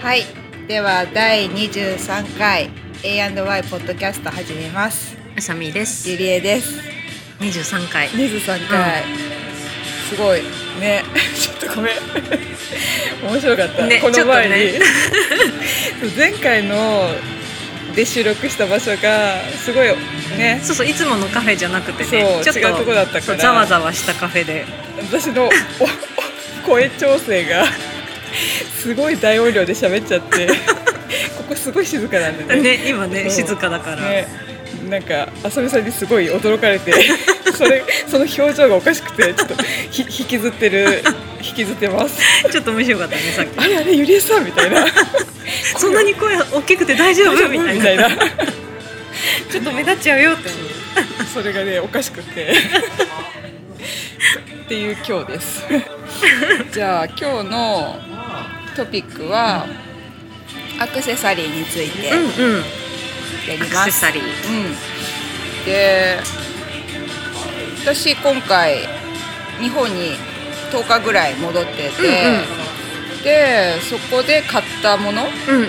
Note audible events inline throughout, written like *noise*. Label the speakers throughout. Speaker 1: はいでは第23回 A&Y ポッドキャスト始めます
Speaker 2: あさみです
Speaker 1: ゆ。りえです
Speaker 2: 二十三回。
Speaker 1: 23回、すごいね *laughs* ちょっとごめん面白かった、
Speaker 2: ね
Speaker 1: こ
Speaker 2: ちょ
Speaker 1: の
Speaker 2: っとね
Speaker 1: 前に、前回ので収録した場所がすごいね
Speaker 2: そうそういつものカフェじゃなくてね、
Speaker 1: そう違うとこだったから
Speaker 2: そうざわざわしたカフェで、
Speaker 1: 私のお声調整がすごい大音量で喋っちゃって
Speaker 2: *laughs*
Speaker 1: ここすごい静かなんでね
Speaker 2: ね今ね
Speaker 1: そう
Speaker 2: 静かだから、
Speaker 1: ねなんか浅見さんにすごい驚かれてそれその表情がおかしくてちょっとひ引きずってる引きずってます
Speaker 2: ちょっと面白かったねさっ
Speaker 1: あれあれゆりえさんみたいな
Speaker 2: き。そんなに声大きくて大丈夫みたい
Speaker 1: み
Speaker 2: な。
Speaker 1: たいな
Speaker 2: ちょっと目立っちゃうよって。
Speaker 1: それがねおかしくてっていう今日ですじゃあ今日のトピックはアクセサリーについてや
Speaker 2: うんうん。
Speaker 1: り
Speaker 2: アク
Speaker 1: ま
Speaker 2: セ
Speaker 1: す、
Speaker 2: サリー。
Speaker 1: うん、で私今回日本に10日ぐらい戻ってて、でそこで買ったものを
Speaker 2: うんうん。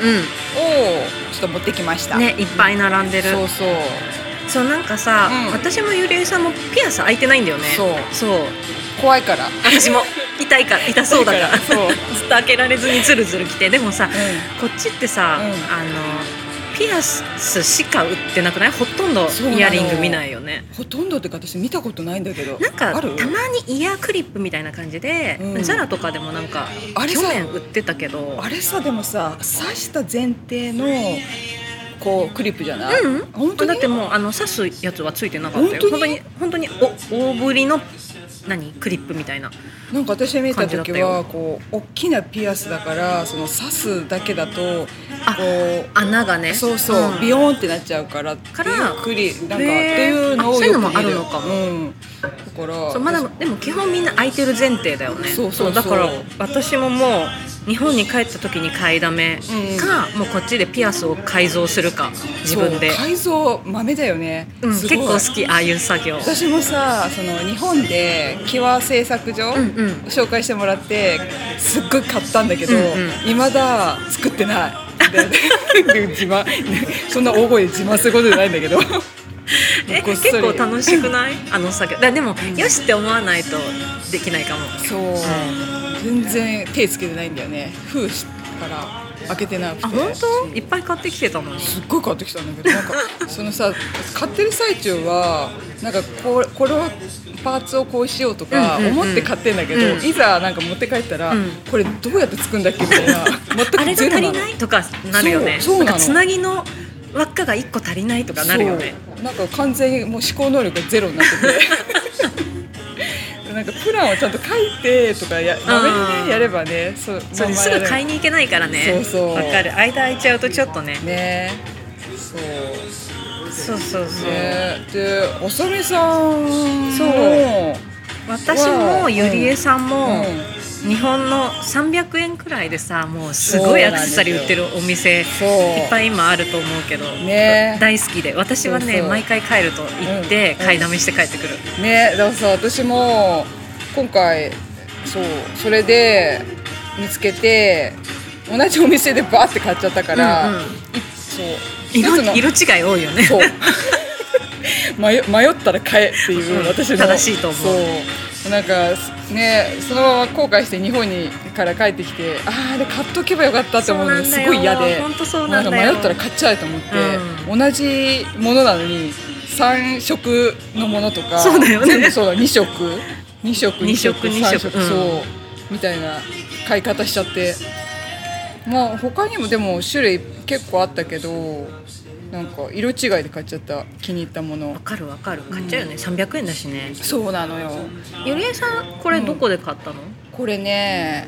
Speaker 1: ちょっと持ってきました、
Speaker 2: ねいっぱい並んでる。
Speaker 1: そうそう
Speaker 2: そうなんかさ、
Speaker 1: うん
Speaker 2: 私もゆりえさんもピアス開いてないんだよね。
Speaker 1: そう
Speaker 2: そう。
Speaker 1: 怖いから
Speaker 2: 私 *laughs* も痛いから痛そうだから。
Speaker 1: そう
Speaker 2: *laughs* ずっと開けられずにズルズル来てでもさ、こっちってさ、
Speaker 1: うん
Speaker 2: あのピアスしか売ってなくないほとんど
Speaker 1: そうなの
Speaker 2: イヤリング見ないよね
Speaker 1: ほとんどってか私見たことないんだけど
Speaker 2: なんか
Speaker 1: あ
Speaker 2: た
Speaker 1: る
Speaker 2: まにイヤークリップみたいな感じで、
Speaker 1: うん
Speaker 2: ザラとかでもなんか
Speaker 1: あれ
Speaker 2: 去
Speaker 1: さ
Speaker 2: 年売ってたけど
Speaker 1: あれさでもさ刺した前提のこうクリップじゃない、
Speaker 2: うん
Speaker 1: 本当に
Speaker 2: だってもうあの刺すやつはついてなかったよ
Speaker 1: 本当
Speaker 2: 本当
Speaker 1: に
Speaker 2: に本当にお大ぶりの何クリップみたいな
Speaker 1: なんか私が見た
Speaker 2: 感
Speaker 1: 時
Speaker 2: じだった
Speaker 1: は
Speaker 2: よ
Speaker 1: こう大きなピアスだからその刺すだけだとこ
Speaker 2: あ穴が
Speaker 1: う
Speaker 2: ね
Speaker 1: そうそう、
Speaker 2: ん
Speaker 1: ビヨーンってなっちゃうからって
Speaker 2: から
Speaker 1: いうクリなんかって
Speaker 2: ね
Speaker 1: いうの
Speaker 2: あ
Speaker 1: を
Speaker 2: そういう
Speaker 1: よ
Speaker 2: の
Speaker 1: く
Speaker 2: も
Speaker 1: 見る
Speaker 2: あるのかも
Speaker 1: うん、だから
Speaker 2: そうまだでも基本みんな空いてる前提だよね
Speaker 1: そうそうそう
Speaker 2: だから私ももう日本に帰った時に買いだめ
Speaker 1: うん
Speaker 2: か、もうこっちでピアスを改造するか自分で
Speaker 1: そう改造豆だよね、
Speaker 2: うん、
Speaker 1: す
Speaker 2: 結
Speaker 1: ごい
Speaker 2: 構好きああいう作業
Speaker 1: 私もさその日本でキワ製作所、
Speaker 2: うんうん
Speaker 1: 紹介してもらってすっごい買ったんだけど、
Speaker 2: うん
Speaker 1: いまだ作ってないで自慢そんな大声で自慢することじゃないんだけど
Speaker 2: え
Speaker 1: ごっそり
Speaker 2: 結構楽し
Speaker 1: *laughs*
Speaker 2: くないあの作業だでも、よしって思わないとできないかも
Speaker 1: そう、全然手つけてないんだよね封から開けてなくて
Speaker 2: あ本
Speaker 1: そう
Speaker 2: 当いっぱい買ってきてたのに
Speaker 1: すっごい買ってきたんだけどなんか
Speaker 2: *laughs*
Speaker 1: そのさ買ってる最中はなんかこれこれをパーツをこうしようとか
Speaker 2: うんうんうん
Speaker 1: 思って買ってんだけど、
Speaker 2: うん
Speaker 1: いざなんか持って帰ったら、
Speaker 2: うん
Speaker 1: これどうやって作るんだっけみたい
Speaker 2: *laughs*
Speaker 1: な
Speaker 2: あ
Speaker 1: 全
Speaker 2: れ
Speaker 1: く
Speaker 2: が
Speaker 1: ゼロな
Speaker 2: 足
Speaker 1: の
Speaker 2: りないとかなるよね
Speaker 1: そうそうなの
Speaker 2: なんかつなぎの輪っかが1個足りないとかなるよね
Speaker 1: そうなんか完全にもう思考能力がゼロにな
Speaker 2: *laughs*
Speaker 1: っててなんかプランをちゃんと書いてとかやまめに
Speaker 2: うん
Speaker 1: ねやればねそう
Speaker 2: それ
Speaker 1: まあ
Speaker 2: す
Speaker 1: まあ
Speaker 2: ぐ買いに行けないからね
Speaker 1: そうそう
Speaker 2: わかる間空いちゃうとちょっとね
Speaker 1: ねそう
Speaker 2: そうそうそう、
Speaker 1: ね、で、おさみさんも
Speaker 2: そう私
Speaker 1: わあ
Speaker 2: もゆりえさんも、
Speaker 1: うん
Speaker 2: 日本の300円くらいでさもうすごいアクセサリー売ってるお店いっ
Speaker 1: そう
Speaker 2: ぱい今あると思うけど、
Speaker 1: ね
Speaker 2: 大好きで私はね
Speaker 1: そうそう
Speaker 2: 毎回帰ると行って
Speaker 1: うん
Speaker 2: 買いだめして帰ってくる、
Speaker 1: ね、だからさ、私も今回そうそれで見つけて同じお店でバーって買っちゃったから、
Speaker 2: うんうん
Speaker 1: いそう
Speaker 2: 色
Speaker 1: 一つの
Speaker 2: 色違い多いよね
Speaker 1: そう *laughs* 迷迷ったら買えっていう
Speaker 2: うん
Speaker 1: 私の
Speaker 2: 正しいと思う
Speaker 1: そうなんかねそのまま後悔して日本にから帰ってきてああで買っとけばよかったって思うのがすごい嫌で
Speaker 2: 本当そう
Speaker 1: な
Speaker 2: なんん
Speaker 1: か
Speaker 2: だよ
Speaker 1: 迷ったら買っちゃえと思って、
Speaker 2: う
Speaker 1: 同じものなのに3色のものとか
Speaker 2: そうだよね
Speaker 1: 全部そうだ2色2色
Speaker 2: 二色
Speaker 1: 3
Speaker 2: 二色うん
Speaker 1: そうみたいな買い方しちゃってまあ他にもでも種類結構あったけどなんか色違いで買っちゃった気に入ったもの
Speaker 2: わかるわかる買っちゃうよね、300円だしね
Speaker 1: そうなのよ
Speaker 2: ゆりえさんこれどこで買ったの、
Speaker 1: これね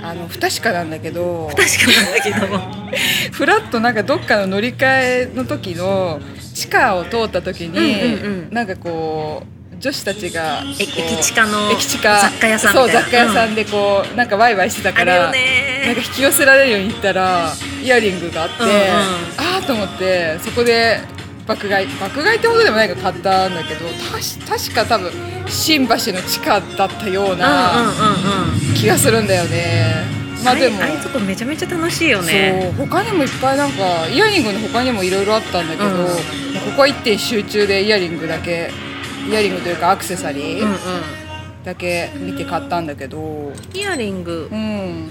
Speaker 1: あの不確かなんだけど
Speaker 2: 確かなんだけど
Speaker 1: *laughs* フラッとなんかどっかの乗り換えの時の地下を通った時に、
Speaker 2: うんうんうん
Speaker 1: なんかこう女子たちが
Speaker 2: え
Speaker 1: こう
Speaker 2: 駅近の
Speaker 1: 駅近
Speaker 2: 雑貨屋さんみたい
Speaker 1: そ
Speaker 2: な
Speaker 1: う雑貨屋さんでこう、なんかワイワイしてた
Speaker 2: あ
Speaker 1: か
Speaker 2: れよ
Speaker 1: ら、
Speaker 2: ね
Speaker 1: なんか引き寄せられるように行ったらイヤリングがあって、
Speaker 2: うんうん
Speaker 1: ああと思ってそこで爆買い爆買いってほどでもないから買ったんだけどたし確か多分新橋の地下だったよう
Speaker 2: うんうん
Speaker 1: な
Speaker 2: うんうん
Speaker 1: 気がするんだよね。まあ
Speaker 2: あ
Speaker 1: で
Speaker 2: れ
Speaker 1: も
Speaker 2: ああいうとこめちゃめちゃ楽しいよね
Speaker 1: そう他にもいっぱいなんかイヤリングの他にもいろいろあったんだけど、
Speaker 2: うん
Speaker 1: ここは一点集中でイヤリングだけイヤリングというかアクセサリ
Speaker 2: うんうん
Speaker 1: ーだけ見て買ったんだけど
Speaker 2: イヤリング
Speaker 1: うん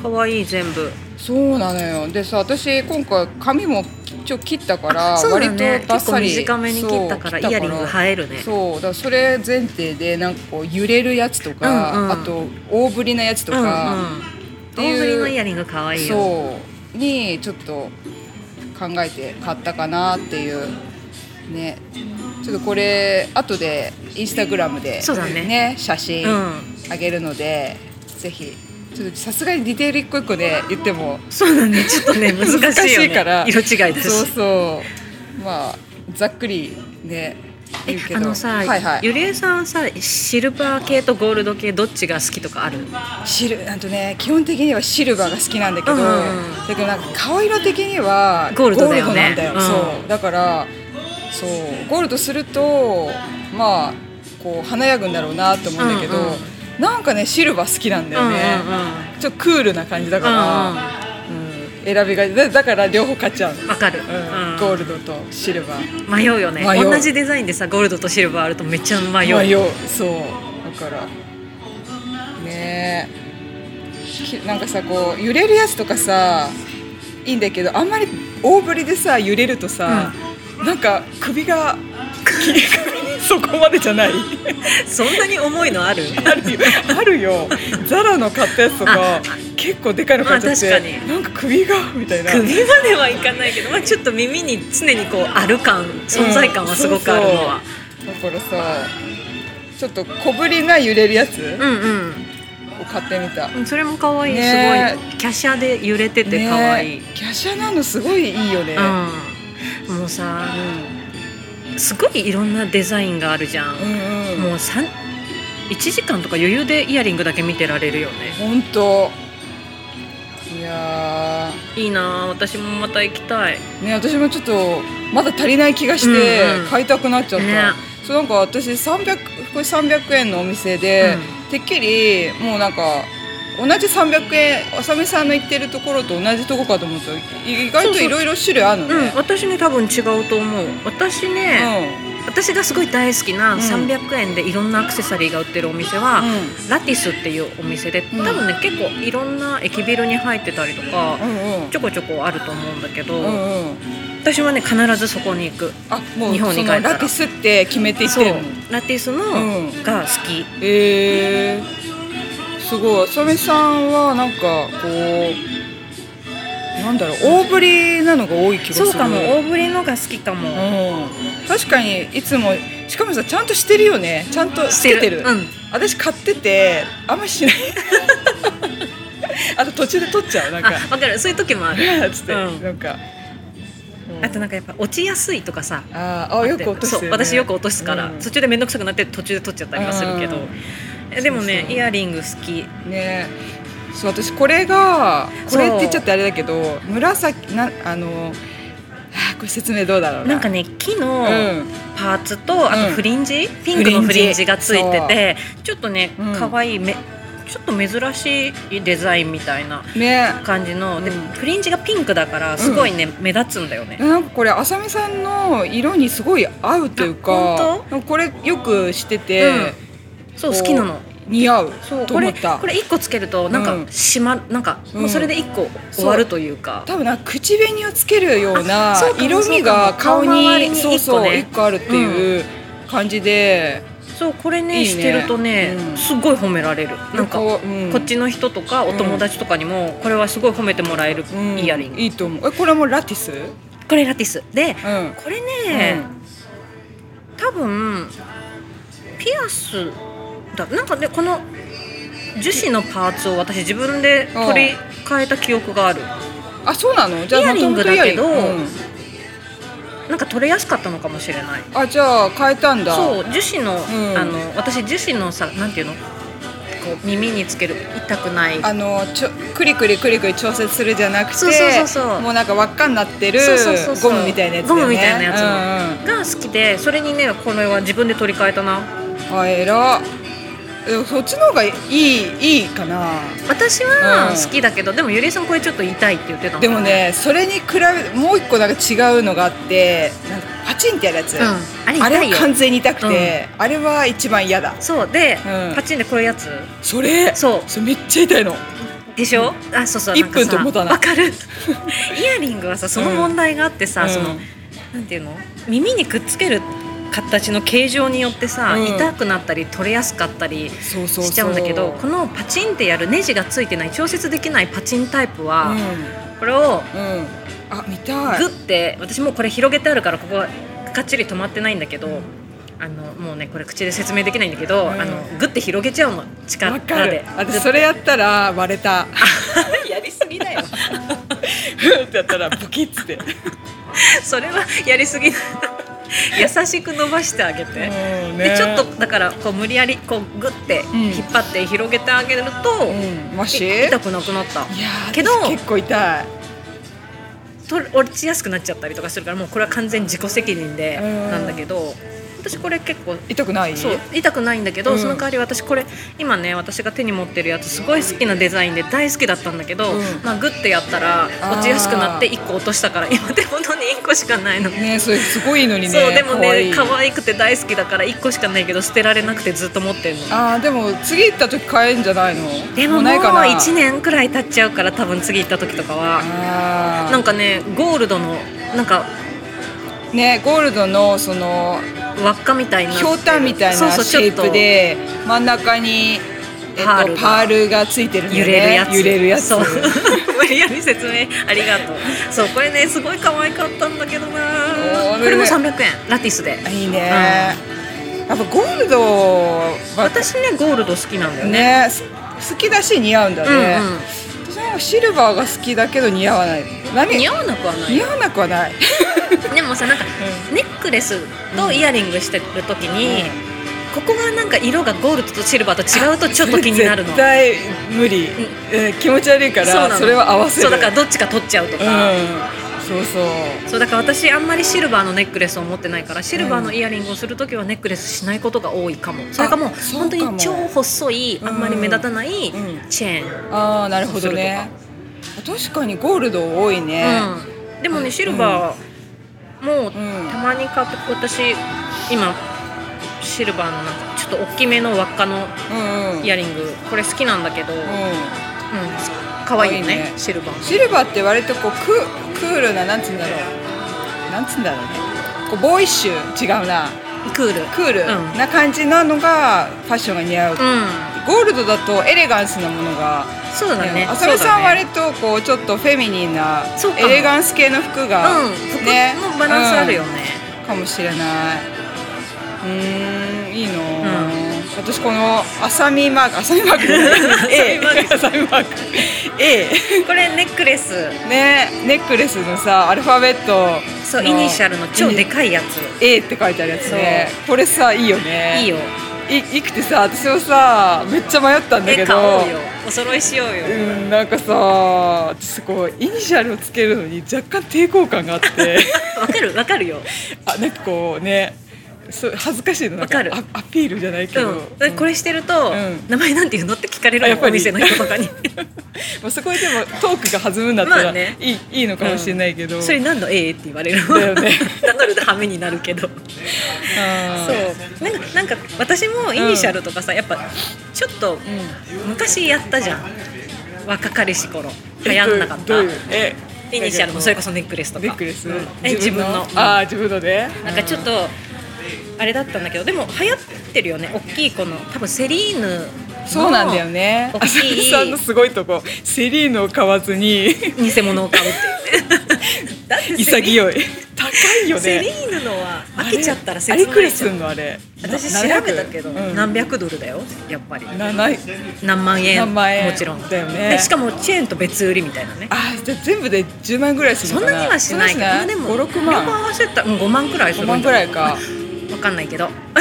Speaker 2: かわいい全部
Speaker 1: そうなのよでさ私今回髪もちょっと切ったから
Speaker 2: あそう
Speaker 1: 割
Speaker 2: だ
Speaker 1: と
Speaker 2: ね
Speaker 1: バッサリ
Speaker 2: 結構短めに切ったから
Speaker 1: そう
Speaker 2: イヤリング映えるね
Speaker 1: そうだからそれ前提でなんかこう揺れるやつとか、
Speaker 2: うんうん
Speaker 1: あと大ぶりなやつと
Speaker 2: うんうん
Speaker 1: か、ていう
Speaker 2: 大ぶりのイヤリングかわいいよ
Speaker 1: そうにちょっと考えて買ったかなっていうねちょっとこれ後でインスタグラムで、
Speaker 2: そうだね
Speaker 1: 写真
Speaker 2: うん
Speaker 1: あげるので、ぜひちょっとさすがにディテール一個一個ね言っても
Speaker 2: そうだねちょっとね難しいよね
Speaker 1: 難しいから
Speaker 2: 色違いだし
Speaker 1: そうそうまあざっくりね
Speaker 2: え
Speaker 1: 言うけど
Speaker 2: あのさ、
Speaker 1: はいはい
Speaker 2: ゆりえさんさシルバー系とゴールド系どっちが好きとかある
Speaker 1: シルあとね基本的にはシルバーが好きなんだけど、
Speaker 2: うんうん
Speaker 1: だけどなんか顔色的には
Speaker 2: ゴールドだよ
Speaker 1: ゴール
Speaker 2: ね
Speaker 1: ドなんだよ、
Speaker 2: うん
Speaker 1: そうだからそうゴールドするとまあこう華やぐんだろうなと思うんだけど、
Speaker 2: うんうん
Speaker 1: なんかねシルバー好きなんだよね、
Speaker 2: うんうんうん
Speaker 1: ちょっとクールな感じだから、うん選びがだだから両方買っちゃうの、うん
Speaker 2: わかる、
Speaker 1: ゴールドとシルバー
Speaker 2: うん迷うよね
Speaker 1: 迷う
Speaker 2: 同じデザインでさゴールドとシルバーあるとめっちゃ迷う
Speaker 1: 迷うそうだからねえきなんかさこう揺れるやつとかさいいんだけどあんまり大ぶりでさ揺れるとさ、なんか首が
Speaker 2: *laughs*
Speaker 1: そこまでじゃない
Speaker 2: そんなに重いのある
Speaker 1: あるよあるよザラの買ったやつとか
Speaker 2: あ
Speaker 1: 結構でかいの買っちゃって、
Speaker 2: まあ確かに
Speaker 1: なんか首がみたいな
Speaker 2: 首まではいかないけど、まあ、ちょっと耳に常にこうある感存在感はすごくあるのは、
Speaker 1: だからさちょっと小ぶりな揺れるやつ
Speaker 2: うん、うん
Speaker 1: を買ってみた、
Speaker 2: それも可愛い、
Speaker 1: ね
Speaker 2: すごい華奢で揺れてて可愛い、
Speaker 1: ねえ、キャシャなのすごいいいよね、
Speaker 2: うんもうさすごいいろんなデザインがあるじゃん、
Speaker 1: うんうん
Speaker 2: もうさん1時間とか余裕でイヤリングだけ見てられるよね
Speaker 1: 本当いや
Speaker 2: いいなあ私もまた行きたい
Speaker 1: ーね私もちょっとまだ足りない気がして
Speaker 2: うんうん
Speaker 1: 買いたくなっちゃった、
Speaker 2: ね
Speaker 1: そうなんか私300これ300円のお店で、てっきりもうなんか同じ300円あさみさんの言ってるところと同じとこかと思ったら意外といろいろ種類あるのね
Speaker 2: うん、私ね多分違うと思う私ね、私がすごい大好きな
Speaker 1: うん
Speaker 2: 300円でいろんなアクセサリーが売ってるお店は、
Speaker 1: うん
Speaker 2: ラティスっていうお店で
Speaker 1: うん
Speaker 2: 多分ね、結構いろんな駅ビルに入ってたりとか、
Speaker 1: うんうん
Speaker 2: ちょこちょこあると思うんだけ
Speaker 1: う
Speaker 2: ど、
Speaker 1: んうんうん
Speaker 2: 私はね必ずそこに行く
Speaker 1: あもう
Speaker 2: 日本に
Speaker 1: そ
Speaker 2: 帰った
Speaker 1: の
Speaker 2: ら
Speaker 1: ラティスって決めていって
Speaker 2: そう
Speaker 1: るの
Speaker 2: ラティスの、
Speaker 1: うん
Speaker 2: が好き
Speaker 1: えー、すごいあさみさんはなんかこうなんだろう大ぶりなのが多い気がする
Speaker 2: そうかも大ぶりのが好きかも、
Speaker 1: うん、確かにいつもしかもさちゃんとしてるよねちゃんとつけてる
Speaker 2: うん
Speaker 1: 私買っててあんましない *laughs* あと途中で取っちゃうなん
Speaker 2: あ
Speaker 1: か
Speaker 2: わかるそういう時もある
Speaker 1: *laughs* 「つって、
Speaker 2: うん
Speaker 1: なんか、うん
Speaker 2: あとなんかやっぱ落ちやすいとかさ
Speaker 1: あーあよく落とすよ、
Speaker 2: そ
Speaker 1: ね、
Speaker 2: う私よく落とすから、
Speaker 1: うん
Speaker 2: 途中で面倒くさくなって途中で取っちゃったりはするけど
Speaker 1: うん
Speaker 2: えでも
Speaker 1: そう
Speaker 2: ね
Speaker 1: そう
Speaker 2: イヤリング好き
Speaker 1: ねそう私これがこれって言っちゃってあれだけど紫なあのあこれ説明どうだろうな
Speaker 2: なんかね木
Speaker 1: う
Speaker 2: の
Speaker 1: ん
Speaker 2: パーツとあ
Speaker 1: うん
Speaker 2: とフリンジ、ピンクの
Speaker 1: フ
Speaker 2: フ
Speaker 1: リ
Speaker 2: リ
Speaker 1: ン
Speaker 2: ン
Speaker 1: ジ
Speaker 2: ジがついててちょっとね
Speaker 1: うん
Speaker 2: 可愛いめちょっと珍しいデザインみたいな
Speaker 1: ね
Speaker 2: 感じの、で
Speaker 1: うん
Speaker 2: フリンジがピンクだからすごいね、目立つんだよね
Speaker 1: なんかこれ浅見さんの色にすごい合うという
Speaker 2: あ
Speaker 1: か
Speaker 2: 本
Speaker 1: なんかこれよくしてて、
Speaker 2: そう好きなの
Speaker 1: 似合う
Speaker 2: そう
Speaker 1: と
Speaker 2: こ
Speaker 1: 思っ
Speaker 2: れ
Speaker 1: た
Speaker 2: これ1個つけるとなん
Speaker 1: う
Speaker 2: か
Speaker 1: ん
Speaker 2: 締まるなんかもうそれで1個終わるというか、
Speaker 1: 多分なんか口紅をつけるような
Speaker 2: あそうかも
Speaker 1: 色味
Speaker 2: そう
Speaker 1: が
Speaker 2: かも
Speaker 1: 顔
Speaker 2: 顔周り
Speaker 1: に
Speaker 2: に
Speaker 1: そうそう
Speaker 2: 一個ね
Speaker 1: 一個あるっていう感じで、
Speaker 2: そうこれね
Speaker 1: いいね
Speaker 2: してるとね、
Speaker 1: うん
Speaker 2: すごい褒められるなんか
Speaker 1: こううん
Speaker 2: こっちの人とかお友達とかにも、これはすごい褒めてもらえる
Speaker 1: うん
Speaker 2: イヤリング、
Speaker 1: いいと思うえこれもラティス、う
Speaker 2: これラティスで
Speaker 1: ん
Speaker 2: これね、多分ピアスだなんかねこの樹脂のパーツを私自分で取り替えた記憶がある
Speaker 1: あそうなのじゃあ
Speaker 2: イヤリングだけど
Speaker 1: 元々イヤリング
Speaker 2: なんか取れやすかったのかもしれない
Speaker 1: うんあじゃあ変えたんだ
Speaker 2: そうう樹脂の、
Speaker 1: うん
Speaker 2: あの私樹脂のさなんていうのこう耳につける痛くない
Speaker 1: あのちょくりくりくりくり調節するじゃなくて
Speaker 2: そうそうそうそう
Speaker 1: もうなんか輪っかになってる
Speaker 2: そうそうそうそう
Speaker 1: ゴムみたいなやつだよね
Speaker 2: ゴムみたいなやつ
Speaker 1: うん
Speaker 2: が好きでそれにねこれは自分で取り替えたな
Speaker 1: うんあ偉っでもそっちの方がいいいいかな
Speaker 2: 私は
Speaker 1: うん
Speaker 2: 好きだけど、でもゆりえさんこれちょっと痛いって言ってたの
Speaker 1: でもねそれに比べもう一個なんか違うのがあってなんかパチンってやるやつ、
Speaker 2: うんあれ痛いよ
Speaker 1: は完全に痛くて、あれは一番嫌だ
Speaker 2: そうで、
Speaker 1: うん
Speaker 2: パチンでこういうやつ
Speaker 1: それ
Speaker 2: そう
Speaker 1: それめっちゃ痛いの
Speaker 2: でしょ、あそうそう
Speaker 1: 1分と
Speaker 2: ん
Speaker 1: 持た
Speaker 2: かさ
Speaker 1: ない
Speaker 2: わかる *laughs* イヤリングはさその問題があってさ、
Speaker 1: うん
Speaker 2: そのなんていうの耳にくっつける形の形状によってさ、
Speaker 1: うん
Speaker 2: 痛くなったり取れやすかったり
Speaker 1: そうそうそう
Speaker 2: しちゃうんだけどこのパチンってやるネジがついてない調節できないパチンタイプ
Speaker 1: う
Speaker 2: は、
Speaker 1: ん、うん、
Speaker 2: これを
Speaker 1: あ見たい
Speaker 2: グッて私もうこれ広げてあるからここはかっちり止まってないんだけどあのもうねこれ口で説明できないんだけど、
Speaker 1: うん
Speaker 2: あのグッて広げちゃうの力
Speaker 1: わかる
Speaker 2: で。
Speaker 1: 私それやったら割れた
Speaker 2: *laughs* やりすぎだよ
Speaker 1: ふってやったらポキッつって、
Speaker 2: それはやりすぎだ優しく伸ばしてあげて。
Speaker 1: うん
Speaker 2: で
Speaker 1: ね
Speaker 2: ちょっとだからこう無理やりこうグッて
Speaker 1: ん
Speaker 2: 引っ張って広げてあげると、
Speaker 1: うんマシ
Speaker 2: い痛くなくなった
Speaker 1: いやー
Speaker 2: けど
Speaker 1: 私結構痛い
Speaker 2: と落ちやすくなっちゃったりとかするからもうこれは完全自己責任で
Speaker 1: うん
Speaker 2: なんだけど私これ結構
Speaker 1: 痛くない
Speaker 2: そう痛くないんだけど、
Speaker 1: うん
Speaker 2: その代わり私これ今ね私が手に持ってるやつすごい好きなデザインで大好きだったんだけど、
Speaker 1: うん
Speaker 2: まあ、グッてやったら落ちやすくなって
Speaker 1: あ
Speaker 2: 1個落としたから今手元に1個しかないの。
Speaker 1: ねそれすごいいのにね
Speaker 2: そうでも
Speaker 1: 可愛
Speaker 2: ね
Speaker 1: い
Speaker 2: 可愛くて大好きだから1個しかないけど捨てられなくてずっと持ってるの
Speaker 1: あーでも次行った時買えんじゃないの
Speaker 2: でももう
Speaker 1: ないかな
Speaker 2: 1年くらい経っちゃうから多分次行った時とかは
Speaker 1: あ
Speaker 2: なんかねゴールドのなんか
Speaker 1: ーねゴールドのその
Speaker 2: 輪っかみたいな
Speaker 1: ひょうたんみたい
Speaker 2: そう
Speaker 1: な
Speaker 2: そう
Speaker 1: シ
Speaker 2: ち
Speaker 1: ェ
Speaker 2: ょ
Speaker 1: イ
Speaker 2: っと
Speaker 1: プで真ん中に、えっと、
Speaker 2: パ
Speaker 1: パ
Speaker 2: ール
Speaker 1: ー
Speaker 2: が
Speaker 1: ルがついてるんだよ
Speaker 2: 揺
Speaker 1: ね
Speaker 2: れるやつ
Speaker 1: 揺れるやつ
Speaker 2: そう無理やり説明ありがとうそうこれねすごい可愛かったんだけどな
Speaker 1: おー
Speaker 2: これも
Speaker 1: ね
Speaker 2: 300円ラティスで
Speaker 1: あいいね、やっぱゴールドは
Speaker 2: 私ねゴールド好きなんだよね
Speaker 1: ねす好きだし似合うんだ
Speaker 2: うん
Speaker 1: ね、私なんかシルバーが好きだけど似合わない
Speaker 2: うん
Speaker 1: 何
Speaker 2: 似合わなくはない
Speaker 1: 似
Speaker 2: よ
Speaker 1: 合わなくはない、
Speaker 2: でもさなんかネックレスとイヤリングしてる時に、ここがなんか色がゴールドとシルバーと違うとちょっと気になるの
Speaker 1: 絶対無理、えー気持ち悪いか
Speaker 2: うな
Speaker 1: ら
Speaker 2: の
Speaker 1: それは合わせる
Speaker 2: そうだからどっちか取っちゃうとか、
Speaker 1: うんそうそう
Speaker 2: そうだから私あんまりシルバーのネックレスを持ってないからシルバーのイヤリングをする時はネックレスしないことが多いかもそれかもう
Speaker 1: そう
Speaker 2: 本当
Speaker 1: か
Speaker 2: に
Speaker 1: も
Speaker 2: 超細いあんまり目立たない
Speaker 1: うん
Speaker 2: チェーン、
Speaker 1: ああなるほどね確かにゴールド多いね、
Speaker 2: うん、でもねシルバーも
Speaker 1: うん
Speaker 2: たまに買って私今シルバーのなんかちょっと大きめの輪っかの
Speaker 1: うんうん
Speaker 2: イヤリングこれ好きなんだけど、うん、
Speaker 1: う
Speaker 2: 可愛いよ
Speaker 1: 可愛い
Speaker 2: ね
Speaker 1: ね
Speaker 2: シルバー
Speaker 1: ん、シルバーって割とこうククールななんつうんだろうなんつうんだろうねこうボーイッシュ違うな
Speaker 2: クール
Speaker 1: クール
Speaker 2: うん
Speaker 1: な感じなのがファッションが似合う、
Speaker 2: うん
Speaker 1: ゴールドだとエレガンスなものが、
Speaker 2: そうだ
Speaker 1: ね
Speaker 2: ね
Speaker 1: 浅見さんは
Speaker 2: 割
Speaker 1: 割とこうちょっとフェミニンな
Speaker 2: そうか
Speaker 1: エ
Speaker 2: も
Speaker 1: レガンス系の服が、
Speaker 2: うん服のバランスあるよね、
Speaker 1: かもしれないうーんいいの、私この浅見マーク浅見マークじゃ
Speaker 2: *laughs*
Speaker 1: ない *laughs* A 浅見マーク A
Speaker 2: これネックレス
Speaker 1: ねネックレスのさアルファベット
Speaker 2: そう
Speaker 1: の
Speaker 2: イニシャルの超でかいやつ
Speaker 1: A って書いてあるやつねこれさいいよね
Speaker 2: いいよ
Speaker 1: いいくてさ私もさめっちゃ迷ったんだ
Speaker 2: え
Speaker 1: け
Speaker 2: 買お
Speaker 1: ど
Speaker 2: うよお揃いしようよ、
Speaker 1: うんなんかさ私こうイニシャルをつけるのに若干抵抗感があって
Speaker 2: *laughs* *laughs* わかるわかるよ
Speaker 1: あなんかこうねそう恥ずかしいのなん
Speaker 2: わかる
Speaker 1: アアピールじゃないけど、
Speaker 2: うんでこれしてると、
Speaker 1: うん
Speaker 2: 名前なんていうのって聞かれる
Speaker 1: あ
Speaker 2: の
Speaker 1: やっぱ
Speaker 2: お
Speaker 1: り
Speaker 2: 店の人と
Speaker 1: *laughs*
Speaker 2: かに
Speaker 1: まあ、そこででもトークが弾むんだったら、
Speaker 2: まあね
Speaker 1: いいいいのかもしれないけど、
Speaker 2: それ何のええって言われる
Speaker 1: だよね
Speaker 2: *laughs* 名乗るとハメになるけど
Speaker 1: あー
Speaker 2: そうなんかなんか私もイニシャルとかさ、やっぱちょっと昔やったじゃん若かりし頃流行んなかっ
Speaker 1: ど
Speaker 2: た
Speaker 1: ういうどういうえ
Speaker 2: イニシャルのそれこ
Speaker 1: そ
Speaker 2: そネックレスとか
Speaker 1: ネックレス、
Speaker 2: うんえ自分の
Speaker 1: ああ自分のね
Speaker 2: なんかちょっとあれだったんだけどでも流行ってるよね大きいこの多分セリーヌの
Speaker 1: そうなんだよね
Speaker 2: 大
Speaker 1: 浅
Speaker 2: き
Speaker 1: 見
Speaker 2: い
Speaker 1: さんのすごいとこセリーヌを買わず *laughs* に
Speaker 2: 偽物を買うっていうね
Speaker 1: *laughs*
Speaker 2: だってセリ
Speaker 1: 潔い高いよね
Speaker 2: セリーヌのは飽きちゃったら切
Speaker 1: あれあれいく
Speaker 2: な
Speaker 1: ら
Speaker 2: いじ
Speaker 1: す
Speaker 2: ゃ
Speaker 1: ん
Speaker 2: ん
Speaker 1: のあれ
Speaker 2: 私
Speaker 1: な
Speaker 2: 調べたけど、
Speaker 1: うん
Speaker 2: 何百ドルだよやっぱり
Speaker 1: なない
Speaker 2: 何万円
Speaker 1: 何万円
Speaker 2: もちろん
Speaker 1: だよね
Speaker 2: でしかもチェーンと別売りみたいなね
Speaker 1: あじゃあ全部で10万ぐらいする
Speaker 2: そ
Speaker 1: の
Speaker 2: ん
Speaker 1: かな
Speaker 2: なにはしないけどまあでも
Speaker 1: そんなしない56
Speaker 2: 両方合
Speaker 1: 万
Speaker 2: わせたら、うん、5万くらいす
Speaker 1: 5
Speaker 2: るんだ
Speaker 1: 万ぐらいか
Speaker 2: わかんないけど
Speaker 1: *laughs*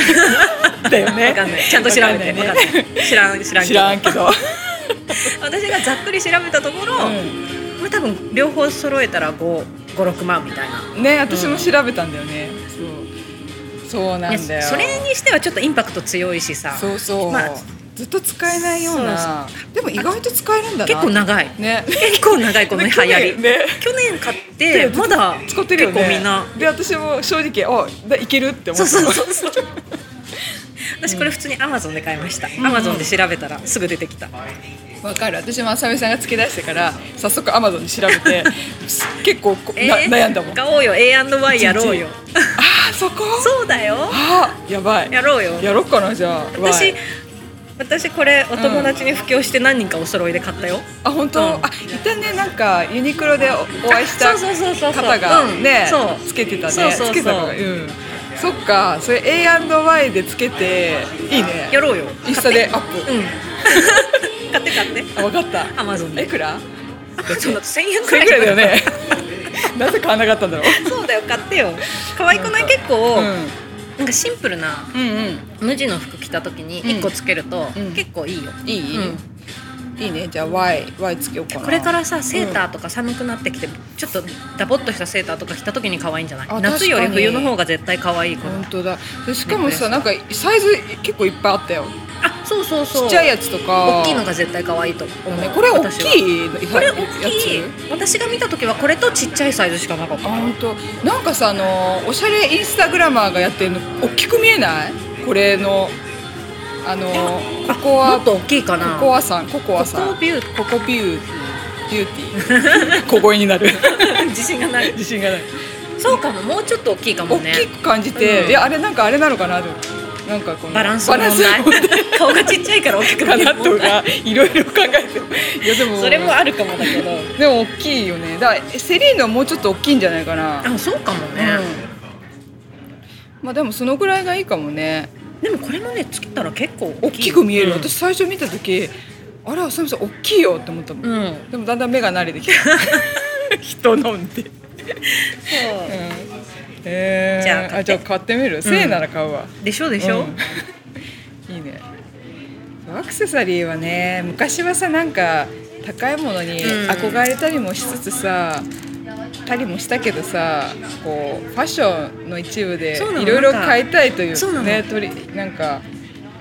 Speaker 1: だよね
Speaker 2: わかんないちゃんと調べてわ
Speaker 1: わ
Speaker 2: か
Speaker 1: か
Speaker 2: ん
Speaker 1: ん
Speaker 2: な
Speaker 1: ないいね
Speaker 2: 知らん知らん
Speaker 1: 知らんけ *laughs* ど、
Speaker 2: 私がざっくり調べたところ、まあ、多分両方揃えたら556万みたいな
Speaker 1: うんね私も調べたんだよね、そうそうなんだよ
Speaker 2: ねそれにしてはちょっとインパクト強いしさ
Speaker 1: そうそう、
Speaker 2: まあ
Speaker 1: ずっと使えないようなでも意外と使えるんだな
Speaker 2: 結構長い
Speaker 1: ね
Speaker 2: 結構長いこの流行り
Speaker 1: ね
Speaker 2: 去年買って
Speaker 1: ね
Speaker 2: まだ
Speaker 1: 使ってるよね
Speaker 2: 結構みんな
Speaker 1: で私も正直あだいけるって思っ
Speaker 2: そ
Speaker 1: た
Speaker 2: うそうそうそう私これ普通にアマゾンで買いましたアマゾンで調べたらすぐ出てきた
Speaker 1: わかる私も浅見さんがつけ出してから早速アマゾンで調べ *laughs* てす *laughs* 結構こ、な
Speaker 2: えー
Speaker 1: 悩んだもんあ
Speaker 2: 買おうよ A&Y やろうよ
Speaker 1: あーそこ
Speaker 2: そうだよ
Speaker 1: あーやばい
Speaker 2: やろうよ
Speaker 1: やろっかなじゃあ
Speaker 2: 私
Speaker 1: Y
Speaker 2: 私これお友達に布教して何人かお揃いで買ったよ、
Speaker 1: あ本当、
Speaker 2: うん
Speaker 1: あいたねなんかユニクロでおお会いした
Speaker 2: あそうそうそうそう
Speaker 1: 方が
Speaker 2: うん
Speaker 1: ね
Speaker 2: そう
Speaker 1: つけてたね
Speaker 2: そうそうそう
Speaker 1: つけたのがうんそっかそれ A&Y でつけていいね
Speaker 2: やろうよ
Speaker 1: インスタでアップ、
Speaker 2: うん
Speaker 1: *laughs*
Speaker 2: 買って買って
Speaker 1: あ分かった
Speaker 2: アマゾン
Speaker 1: え
Speaker 2: で
Speaker 1: くら
Speaker 2: アマゾンだと1000円
Speaker 1: そ
Speaker 2: くら
Speaker 1: れ
Speaker 2: い
Speaker 1: ぐらいだよね *laughs* なぜ買わなかったんだろう
Speaker 2: そうだよ買ってよ可愛くない結構、
Speaker 1: う、
Speaker 2: なんかシンプルなん
Speaker 1: うんうん
Speaker 2: 無地の服着た時に1個つけると、
Speaker 1: うん
Speaker 2: 結構いいよ、
Speaker 1: いい、
Speaker 2: うん
Speaker 1: いいねじゃあ Y, y つけようかな
Speaker 2: これからさセーターとか寒くなってきて、ちょっとダボっとしたセーターとか着た時に可愛いんじゃな
Speaker 1: あ
Speaker 2: い夏より
Speaker 1: 確かに
Speaker 2: 冬の方が絶対可愛いこれ
Speaker 1: 本当だでしかもさ
Speaker 2: ネ
Speaker 1: な
Speaker 2: ッ
Speaker 1: んかサイズ結構いっぱいあったよ
Speaker 2: あそうそうそう
Speaker 1: ちっちゃいやつとか
Speaker 2: 大きいのが絶対可愛いと思う、
Speaker 1: ねこれ大
Speaker 2: 私は
Speaker 1: きい
Speaker 2: これ
Speaker 1: やつ
Speaker 2: 大きい私が見た時はこれとちっちゃいサイズしかなかっ
Speaker 1: あ
Speaker 2: た
Speaker 1: 本当なんかさあのおしゃれインスタグラマーがやってるの大きく見えないこ *laughs* れのあのココ
Speaker 2: も
Speaker 1: ア
Speaker 2: っと大きいかな
Speaker 1: ココアさんココア
Speaker 2: こ
Speaker 1: さ
Speaker 2: こ
Speaker 1: ん
Speaker 2: ビュー
Speaker 1: ココビュービューティー小声になる
Speaker 2: *laughs* 自信がない
Speaker 1: 自信がない
Speaker 2: そうかももうちょっと大きいかも
Speaker 1: 大
Speaker 2: ね
Speaker 1: きく感じて、
Speaker 2: うん
Speaker 1: いやあれなんかあれなのかなでもなんかこの
Speaker 2: バランスの問
Speaker 1: バラ
Speaker 2: 題
Speaker 1: ンスの問題
Speaker 2: *laughs* 顔がちっちゃいから大きく
Speaker 1: か
Speaker 2: 見え
Speaker 1: な
Speaker 2: る
Speaker 1: と
Speaker 2: 問題
Speaker 1: かいろいろ考えていやでも
Speaker 2: それもあるかもだけど
Speaker 1: でも大きいよねだからセリーヌはもうちょっと大きいんじゃないかな、
Speaker 2: あそうかもね、
Speaker 1: まあでもそのぐらいがいいかもね
Speaker 2: でもこれもねつけたら結構
Speaker 1: 大きく見える、
Speaker 2: うん
Speaker 1: 私最初見た時あれ浅見さん大きいよって思ったもん、
Speaker 2: うん
Speaker 1: でもだんだん目が慣れて
Speaker 2: *laughs*
Speaker 1: きた人飲んで、うん
Speaker 2: そ
Speaker 1: えー、
Speaker 2: じゃあ買って
Speaker 1: じゃあ買ってみる1000円なら買うわ、
Speaker 2: うでしょでしょ、
Speaker 1: うんいいねアクセサリーはね昔はさなんか高いものに
Speaker 2: うん
Speaker 1: 憧れたりもしつつさ、たりもしたけどさこうファッションの一部で
Speaker 2: そうなの
Speaker 1: いろいろ
Speaker 2: なんか
Speaker 1: 買いたいとい
Speaker 2: そうな
Speaker 1: う
Speaker 2: の
Speaker 1: ね取りなんか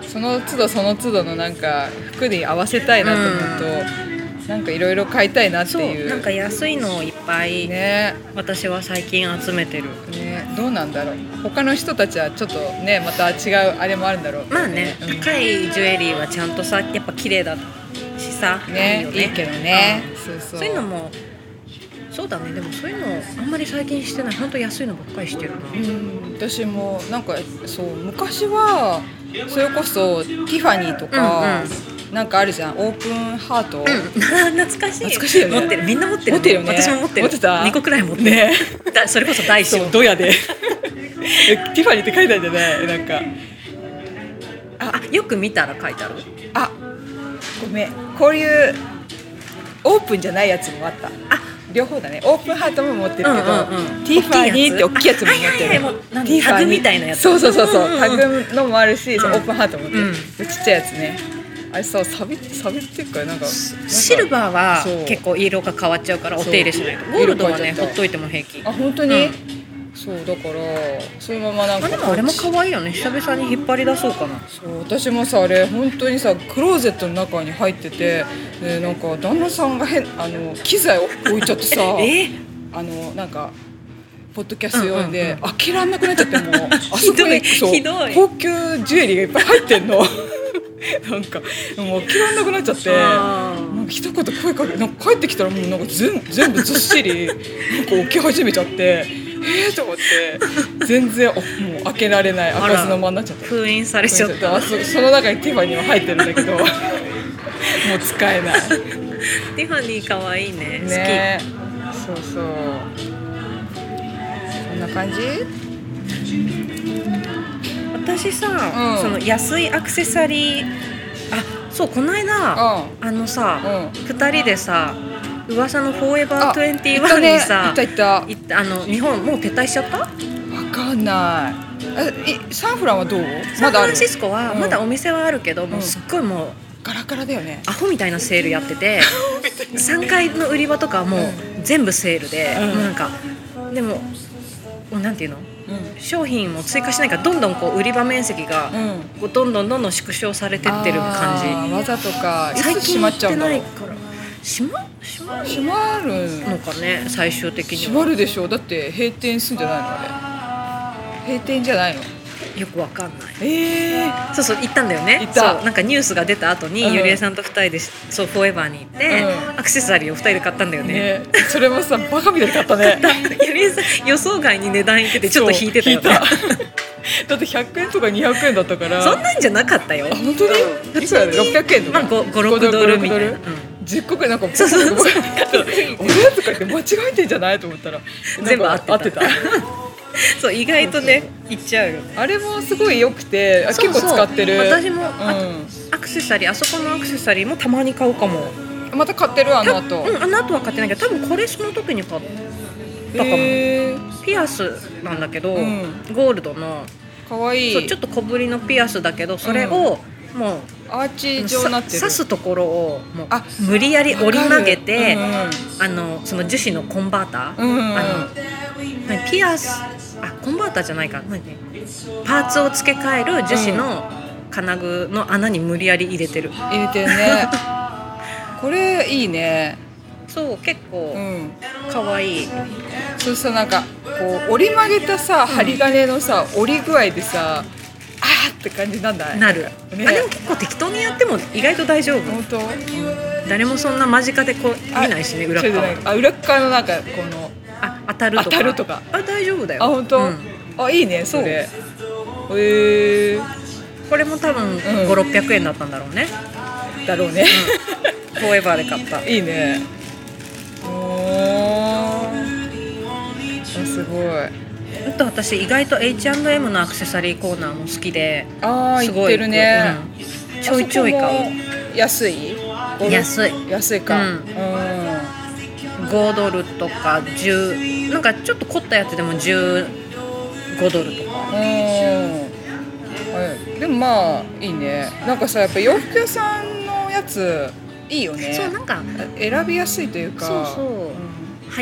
Speaker 1: その都度その都度のなんか服に合わせたいなと思うと、なんかいろいろ買いたいなって
Speaker 2: そう
Speaker 1: いう
Speaker 2: なんか安いのをいっぱい、
Speaker 1: ね
Speaker 2: 私は最近集めてる
Speaker 1: ねどうなんだろう他の人たちはちょっとねまた違うあれもあるんだろうけど
Speaker 2: まあね、
Speaker 1: うん
Speaker 2: 高いジュエリーはちゃんとさやっぱ綺麗だしさいい
Speaker 1: ね
Speaker 2: よ
Speaker 1: いいけどね、
Speaker 2: うん
Speaker 1: そうそう
Speaker 2: そういうのもそうだねでもそういうのあんまり最近してない本当安いのばっかりしてるな、
Speaker 1: うん私もなんかそう昔はそれこそティファニーとか、なんかあるじゃんオープンハート、
Speaker 2: *laughs* 懐かしい
Speaker 1: 懐かしいよね
Speaker 2: 持ってるみんな持ってる
Speaker 1: 持ってるよね
Speaker 2: 私も持ってる
Speaker 1: 持ってた
Speaker 2: 2個くらい持ってる、
Speaker 1: ね
Speaker 2: *laughs* だそれこそ大小
Speaker 1: そうドヤで *laughs* えティファニーって書いてあるんだよねなんか
Speaker 2: あよく見たら書いてある
Speaker 1: あごめんこういうオープンじゃないやつもあった
Speaker 2: あ
Speaker 1: 両方だねオープンハートも持ってるけど、
Speaker 2: うんうんうん
Speaker 1: ティファニーって大きいやつも持っ
Speaker 2: あはい
Speaker 1: て
Speaker 2: はいはい
Speaker 1: る
Speaker 2: もうなん
Speaker 1: ティファニー
Speaker 2: タグみたいなやつ
Speaker 1: そうそうそうそう,、
Speaker 2: うんうんうん
Speaker 1: タグのもあるし、そのオープンハートも持ってる、
Speaker 2: うん
Speaker 1: でちっちゃいやつねあれさサビサビっていうかなんか
Speaker 2: シルバー
Speaker 1: そう
Speaker 2: は結構色が変わっちゃうからお手入れしないと
Speaker 1: そう
Speaker 2: ゴールドはね
Speaker 1: 色変わっちゃった
Speaker 2: ほっといても平気
Speaker 1: あ本当に、
Speaker 2: うん
Speaker 1: そうだからそのままなん
Speaker 2: ま
Speaker 1: か
Speaker 2: あでもあれも可愛いよね久々に引っ張り出そうかな
Speaker 1: そう私もさあれ本当にさクローゼットの中に入っててでなんか旦那さんが変あの機材を置いちゃってさ
Speaker 2: え
Speaker 1: *laughs* あのなんかポッドキャスト用意
Speaker 2: うん
Speaker 1: で、
Speaker 2: うん
Speaker 1: 開けらんなくなっちゃってもうあそこに
Speaker 2: ひどい
Speaker 1: そう
Speaker 2: ひどい
Speaker 1: 高級ジュエリーがいっぱい入ってんのなんかもう開けらんなくなっちゃって
Speaker 2: あー
Speaker 1: なんか一言声かけなんか帰ってきたらもうなんか全全部ずっしりなんか置き始めちゃってえーと思って全然あもう開けられない開かずの間になっちゃって
Speaker 2: 封印されちゃった
Speaker 1: あそその中にティファニーは入ってるんだけどもう使えない
Speaker 2: ティファニー可愛いね
Speaker 1: ねそうそうそんな感じ
Speaker 2: 好き私さ、
Speaker 1: うん
Speaker 2: その安いアクセサリーあそうこの間、
Speaker 1: う
Speaker 2: あのさ、
Speaker 1: んうん
Speaker 2: 二人でさ噂の「フォーエ
Speaker 1: あ
Speaker 2: バー
Speaker 1: 行った
Speaker 2: 21」
Speaker 1: ね
Speaker 2: に
Speaker 1: 行
Speaker 2: さ
Speaker 1: った行った
Speaker 2: 行ったあの日本もう撤退しちゃった
Speaker 1: わかんないえいサンフランはどう
Speaker 2: サ
Speaker 1: ま
Speaker 2: ンフ
Speaker 1: だあ
Speaker 2: ラ
Speaker 1: る
Speaker 2: ンシスコは
Speaker 1: うん
Speaker 2: まだお店はあるけど、もうんうすっごいもう
Speaker 1: ガラガラだよね
Speaker 2: アホみたいなセールやっ
Speaker 3: *laughs*
Speaker 2: てて3階の売り場とかはもう全部セールで、
Speaker 1: うん
Speaker 2: なんかでももうなんていうの商品を追加しないからどんどんこう売り場面積が
Speaker 3: うんうん
Speaker 2: こうどんどんどんどん縮小されてってる感じ
Speaker 3: あーわざとかい
Speaker 2: 最
Speaker 3: つ閉
Speaker 2: 近
Speaker 3: ま
Speaker 2: 行
Speaker 3: っちゃ
Speaker 2: って
Speaker 3: うんだ
Speaker 2: な
Speaker 3: ろ
Speaker 2: いうから閉ま閉ま
Speaker 3: 閉まる
Speaker 2: るのかね最終的に
Speaker 3: 閉
Speaker 2: は
Speaker 3: まるでしょだって閉店すんじゃないのあれ閉店じゃないの
Speaker 2: よくわかんない
Speaker 3: ええー
Speaker 2: そうそう行ったんだよね
Speaker 3: 行った
Speaker 2: そうなんかニュースが出た後に、
Speaker 3: うん
Speaker 2: ゆりえさんと二人でそうフォーエバーに行って、
Speaker 3: うん
Speaker 2: アクセサリーを二人で買ったんだよね
Speaker 3: ね、それもさバカみたいに買った
Speaker 2: *laughs*
Speaker 3: ね
Speaker 2: だ *laughs* ゆりえさん予想外に値段いっててちょっと引いてたよね
Speaker 3: そう引いただって100円とか200円だったから
Speaker 2: そんなんじゃなかったよ
Speaker 3: あ本当に
Speaker 2: 普通に
Speaker 3: いくらで600円とか、
Speaker 2: まあ5 6ドルみたいな、うん
Speaker 3: 10個くらい *laughs* なんか
Speaker 2: そうそうそう
Speaker 3: ボコボコボコボコおやつかって間違えてんじゃないと思ったら
Speaker 2: 全部
Speaker 3: な
Speaker 2: 合
Speaker 3: ん
Speaker 2: っ
Speaker 3: か
Speaker 2: てたそう意外とね
Speaker 3: そう
Speaker 2: 行っちゃうよね
Speaker 3: あれもすごい良くてあ
Speaker 2: そうそう
Speaker 3: 結構使ってる
Speaker 2: 私もあ
Speaker 3: う
Speaker 2: アクセサリーあそこのアクセサリーもたまに買うかも
Speaker 3: ん、また買ってるあの後
Speaker 2: うんあの後は買ってないけど多分これその時に買ったかも、
Speaker 3: へー
Speaker 2: ピアスなんだけど、
Speaker 3: うん
Speaker 2: ゴールドの
Speaker 3: かわいい
Speaker 2: そうちょっと小ぶりのピアスだけどそれをも
Speaker 3: アーチ
Speaker 2: う
Speaker 3: 状になってる
Speaker 2: 刺すところをもう
Speaker 3: あ
Speaker 2: 無理やり折り曲げて、
Speaker 3: わかる
Speaker 2: あのその樹脂のコンバーター、
Speaker 3: うんうんうん
Speaker 2: あの何ピアスあコンバーターじゃないか何パーツを付け替える樹脂の金具の穴に無理やり入れてる、
Speaker 3: 入れてるねこれいいね
Speaker 2: そう結
Speaker 3: う
Speaker 2: 構
Speaker 3: ん
Speaker 2: 可愛いい、
Speaker 3: そうさなんかこう折り曲げたさ針金のさ折り具合でさあーって感じなんだ
Speaker 2: なる、
Speaker 3: ね
Speaker 2: あでも結構適当にやっても意外と大丈夫
Speaker 3: 本当
Speaker 2: 誰もそんな間近でこう見
Speaker 3: あ
Speaker 2: ないしね裏
Speaker 3: そうじゃ
Speaker 2: 側
Speaker 3: ないあ裏っ側のなんかこの
Speaker 2: あ当たると
Speaker 3: 当
Speaker 2: か
Speaker 3: たるとか
Speaker 2: あ大丈夫だよ
Speaker 3: あ本当、
Speaker 2: うん
Speaker 3: あいいねそれへえ
Speaker 2: これも多分
Speaker 3: ん
Speaker 2: 5600円だったんだろうね、
Speaker 3: ー、だろうね、
Speaker 2: フォーエバーで買った
Speaker 3: いいねおーあすごい
Speaker 2: あと私意外と H&M のアクセサリーコーナーも好きで
Speaker 3: ああ
Speaker 2: す
Speaker 3: 行っ
Speaker 2: ご
Speaker 3: て
Speaker 2: い
Speaker 3: るね、
Speaker 2: うんちょいちょい買う
Speaker 3: う安い
Speaker 2: 安い
Speaker 3: 安いか、
Speaker 2: うん
Speaker 3: うん
Speaker 2: 5ドルとか10なんかちょっと凝ったやつでも15ドルとか
Speaker 3: はい、でもまあいいねなんかさやっぱ洋服屋さんのやついいよね
Speaker 2: そうなんか
Speaker 3: 選びやすいというか
Speaker 2: そうそう
Speaker 3: うん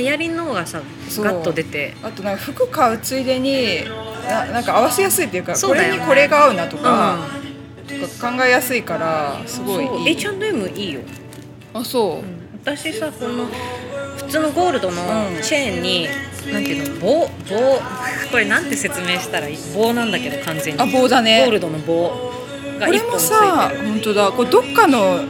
Speaker 2: 流行りのがさ
Speaker 3: そう
Speaker 2: ガッと出て
Speaker 3: あとなんか服買うついでにななんか合わせやすいというか
Speaker 2: そうだよね
Speaker 3: これにこれが合うなと
Speaker 2: う
Speaker 3: か,、
Speaker 2: ん
Speaker 3: とか考えやすいからすごい
Speaker 2: そう
Speaker 3: いい
Speaker 2: H&M いいよ
Speaker 3: あそう、
Speaker 2: 私さこの普通のゴールドの
Speaker 3: うん
Speaker 2: チェーンに、なんていうの棒棒これなんて説明したらいい棒なんだけど完全に
Speaker 3: あ棒だね
Speaker 2: ゴールドの棒が
Speaker 3: これ
Speaker 2: 一本
Speaker 3: も
Speaker 2: つい
Speaker 3: さ
Speaker 2: てる
Speaker 3: 本当だこれどっかの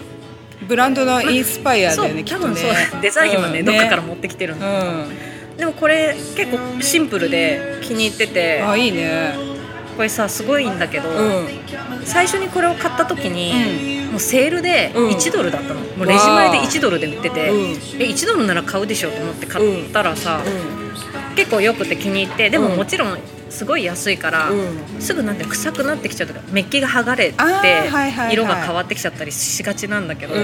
Speaker 3: ブランドのインスパイアだよね、き
Speaker 2: そ
Speaker 3: っと
Speaker 2: う多分
Speaker 3: ね
Speaker 2: そうデザインはね、
Speaker 3: うん
Speaker 2: どっかから持ってきてるの、
Speaker 3: う
Speaker 2: でもこれ結構シンプルで気に入ってて
Speaker 3: んあいいね
Speaker 2: これさすごいんだけど、
Speaker 3: うん
Speaker 2: 最初にこれを買った時に、もうセールで
Speaker 3: うん
Speaker 2: 1ドルだったの、もうレジ前で
Speaker 3: わあ
Speaker 2: 1ドルで売ってて、
Speaker 3: うん
Speaker 2: え1ドルなら買うでしょと思って買ったらさ、
Speaker 3: う
Speaker 2: 結構よくて気に入ってでも
Speaker 3: うん
Speaker 2: もちろんすごい安いから、
Speaker 3: んうん
Speaker 2: すぐなんて臭くなってきちゃうとかメッキが剥がれて
Speaker 3: あーはいはいはい
Speaker 2: 色が変わってきちゃったりしがちなんだけど、
Speaker 3: うん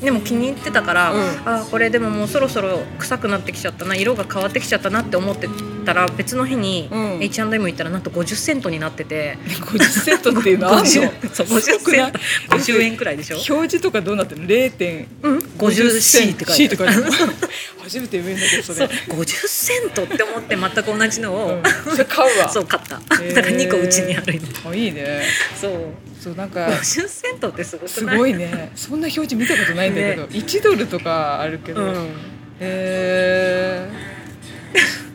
Speaker 2: でも気に入ってたから、
Speaker 3: うん
Speaker 2: あーこれでももうそろそろ臭くなってきちゃったな色が変わってきちゃったなって思ってたら別の日に
Speaker 3: うん
Speaker 2: H&M 行ったらなんと50セントになってて。
Speaker 3: 50セットっていうのあん *laughs* の
Speaker 2: 50そう50
Speaker 3: すごく
Speaker 2: セ
Speaker 3: な
Speaker 2: ン
Speaker 3: い
Speaker 2: ト50円くらいでしょ
Speaker 3: 表示とかどうなってるの 0.
Speaker 2: うん 50C って書いてある *laughs*
Speaker 3: 初めて見るんだけどそ
Speaker 2: そう
Speaker 3: れ
Speaker 2: 50セントって思って全く同じのを、
Speaker 3: うんそれ買うわ
Speaker 2: *laughs* そう買った *laughs* だ
Speaker 3: へー
Speaker 2: から2個うちにある今
Speaker 3: あいいね
Speaker 2: そう
Speaker 3: そうなんか
Speaker 2: 50セントってすごくない
Speaker 3: すごいねそんな表示見たことないんだけど、
Speaker 2: ね
Speaker 3: 1ドルとかあるけ
Speaker 2: う
Speaker 3: ど、へ
Speaker 2: ん、
Speaker 3: え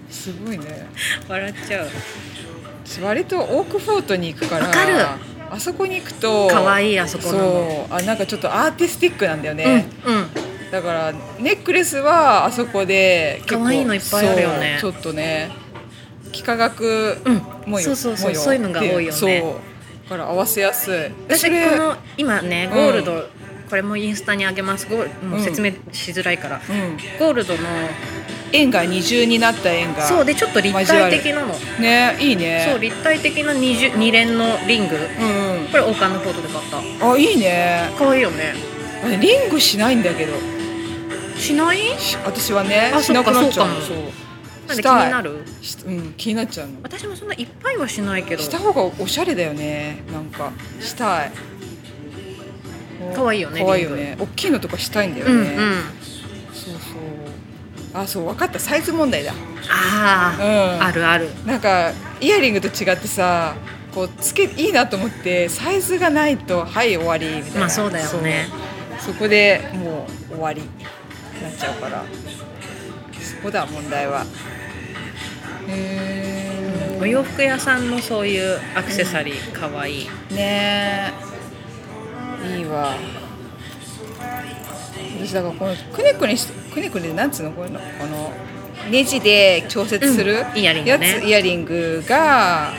Speaker 3: すごいね
Speaker 2: 笑っちゃう
Speaker 3: 私割とオークフォートに行くから
Speaker 2: わかる
Speaker 3: あそこに行くと
Speaker 2: 可愛いあそこの
Speaker 3: そうあなんかちょっとアーティスティックなんだよね、
Speaker 2: うん、うん、
Speaker 3: だからネックレスはあそこで結構
Speaker 2: 可愛いのいっぱいあるよね
Speaker 3: そうちょっとね幾何学
Speaker 2: うん
Speaker 3: 模様、
Speaker 2: そうそうそう
Speaker 3: 模様
Speaker 2: そういうのが多いよね
Speaker 3: そうだから合わせやすい
Speaker 2: 私
Speaker 3: そ
Speaker 2: こ
Speaker 3: れ
Speaker 2: の今ねゴールド、これもインスタにあげますゴールもううん説明しづらいから、
Speaker 3: うん、
Speaker 2: ゴールドの
Speaker 3: 円が二重になった円が
Speaker 2: そうでちょっと立体的なの
Speaker 3: ねいいね
Speaker 2: そう立体的な 2, 二連のリング
Speaker 3: うん
Speaker 2: これオーカンのフォートで買った
Speaker 3: うんあいいね
Speaker 2: 可愛いよね
Speaker 3: あれリングしないんだけど
Speaker 2: しない
Speaker 3: し私はね
Speaker 2: あ
Speaker 3: しなくなっちゃうの
Speaker 2: そ
Speaker 3: そう
Speaker 2: っなん
Speaker 3: し
Speaker 2: で気に
Speaker 3: たい
Speaker 2: なる
Speaker 3: しうん気になっちゃうの
Speaker 2: 私もそんないっぱいはしないけど
Speaker 3: した方がおしゃれだよねなんかしたい
Speaker 2: 可愛いよね
Speaker 3: 可愛いよ
Speaker 2: リ
Speaker 3: ね大きいのとかしたいんだよ
Speaker 2: う
Speaker 3: ね、
Speaker 2: んうん
Speaker 3: そうそうあそう分かったサイズ問題だ
Speaker 2: ああ、
Speaker 3: うん
Speaker 2: あるある
Speaker 3: なんかイヤリングと違ってさこうつけいいなと思ってサイズがないとはい終わりみたいな
Speaker 2: まあそうだよね
Speaker 3: そうそこでもう終わりになっちゃうからそこだ問題はへ
Speaker 2: お洋服屋さんのそういうアクセサリーかわいい、
Speaker 3: 服ねえいいわ私だからこのくねくねしくねくねなんつうのこういうのこのネジで調節する、
Speaker 2: うんイヤリング
Speaker 3: やつ
Speaker 2: ね
Speaker 3: イヤリングが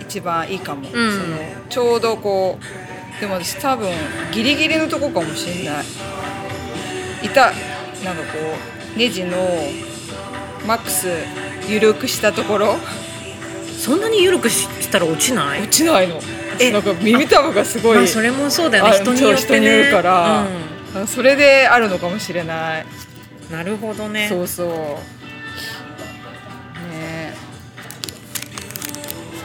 Speaker 3: 一番いいかも、
Speaker 2: うん
Speaker 3: そのちょうどこうでも私多分ギリギリのとこかもしれないいたなんかこうネジのマックス緩くしたところ
Speaker 2: そんなに緩くししたら落ちない
Speaker 3: 落ちないの
Speaker 2: え
Speaker 3: なんか耳たぶがすごい
Speaker 2: まあ、それもそうだよ
Speaker 3: あ
Speaker 2: ね人によっ
Speaker 3: 人
Speaker 2: て
Speaker 3: に
Speaker 2: ね
Speaker 3: よるから
Speaker 2: う
Speaker 3: あそれであるのかもしれない
Speaker 2: んなるほどね
Speaker 3: そうそう。ねえ。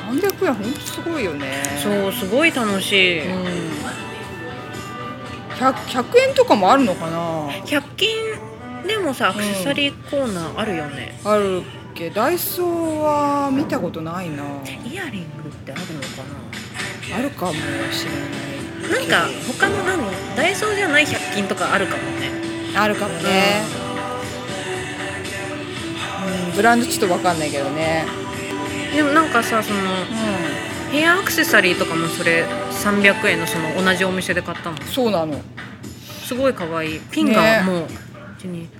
Speaker 3: 三百円本当すごいよね。
Speaker 2: そうすごい楽しい、
Speaker 3: うん。百百円とかもあるのかな。
Speaker 2: 100均でもさアクセサリーコーナーあるよね、
Speaker 3: あるっけダイソーは見たことないな。
Speaker 2: イヤリングってあるのか
Speaker 3: あるかもしれな。
Speaker 2: ないなんか他の何ダイソーじゃない100均とかあるかもね
Speaker 3: あるかもね。うん、ブランドちょっとわかんないけどね。
Speaker 2: でもなんかさその
Speaker 3: う
Speaker 2: ヘアアクセサリーとかもそれ300円のその同じお店で買ったの
Speaker 3: ん。そうなの。
Speaker 2: すごい可愛いピン
Speaker 3: ね
Speaker 2: がもう、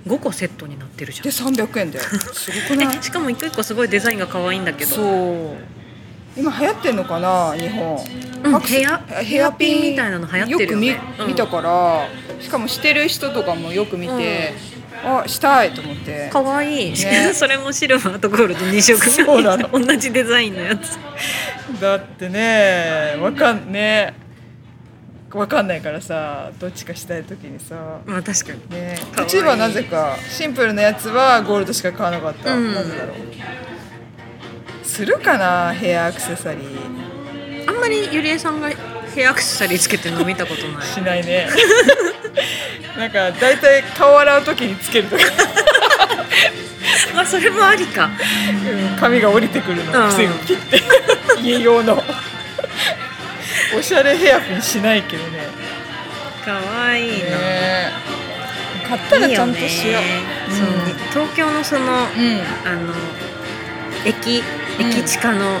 Speaker 2: 5個セットになってるじゃ
Speaker 3: で三百円だよ。すごくない
Speaker 2: ん。しかも一個一個すごいデザインが可愛いんだけど
Speaker 3: そう今流行ってんのかな日本、
Speaker 2: うん
Speaker 3: アクセ
Speaker 2: ヘアヘアピンみたいなの流行ってるよね
Speaker 3: よく見,、
Speaker 2: うん
Speaker 3: 見たからしかもしてる人とかもよく見て、あしたいと思って
Speaker 2: 可愛いし
Speaker 3: ね
Speaker 2: それもシルバーとゴールド2色
Speaker 3: そうなの
Speaker 2: 同じデザインのやつ
Speaker 3: だってねわかんねわかんないからさどっちかしたい時にさ
Speaker 2: まあ確かに
Speaker 3: ね
Speaker 2: かわいいう
Speaker 3: ちはなぜかシンプルなやつはゴールドしか買わなかった、
Speaker 2: うん
Speaker 3: なぜだろうするかなヘアアクセサリー
Speaker 2: あんまりゆりえさんがヘアアクセサリーつけてるの見たことない
Speaker 3: *laughs* しないねなんか大体顔洗う時につけるとか
Speaker 2: まあそれもありか
Speaker 3: 髪が降りてくるのを防ぐ切っ
Speaker 2: *laughs*
Speaker 3: て、家用のおしゃれヘアピンしないけどね
Speaker 2: 可愛いな、
Speaker 3: ね買ったらちゃんとしよ
Speaker 2: いいね
Speaker 3: う
Speaker 2: そう東京のそのあ
Speaker 3: うん、うん
Speaker 2: の駅
Speaker 3: うん
Speaker 2: 駅地下の、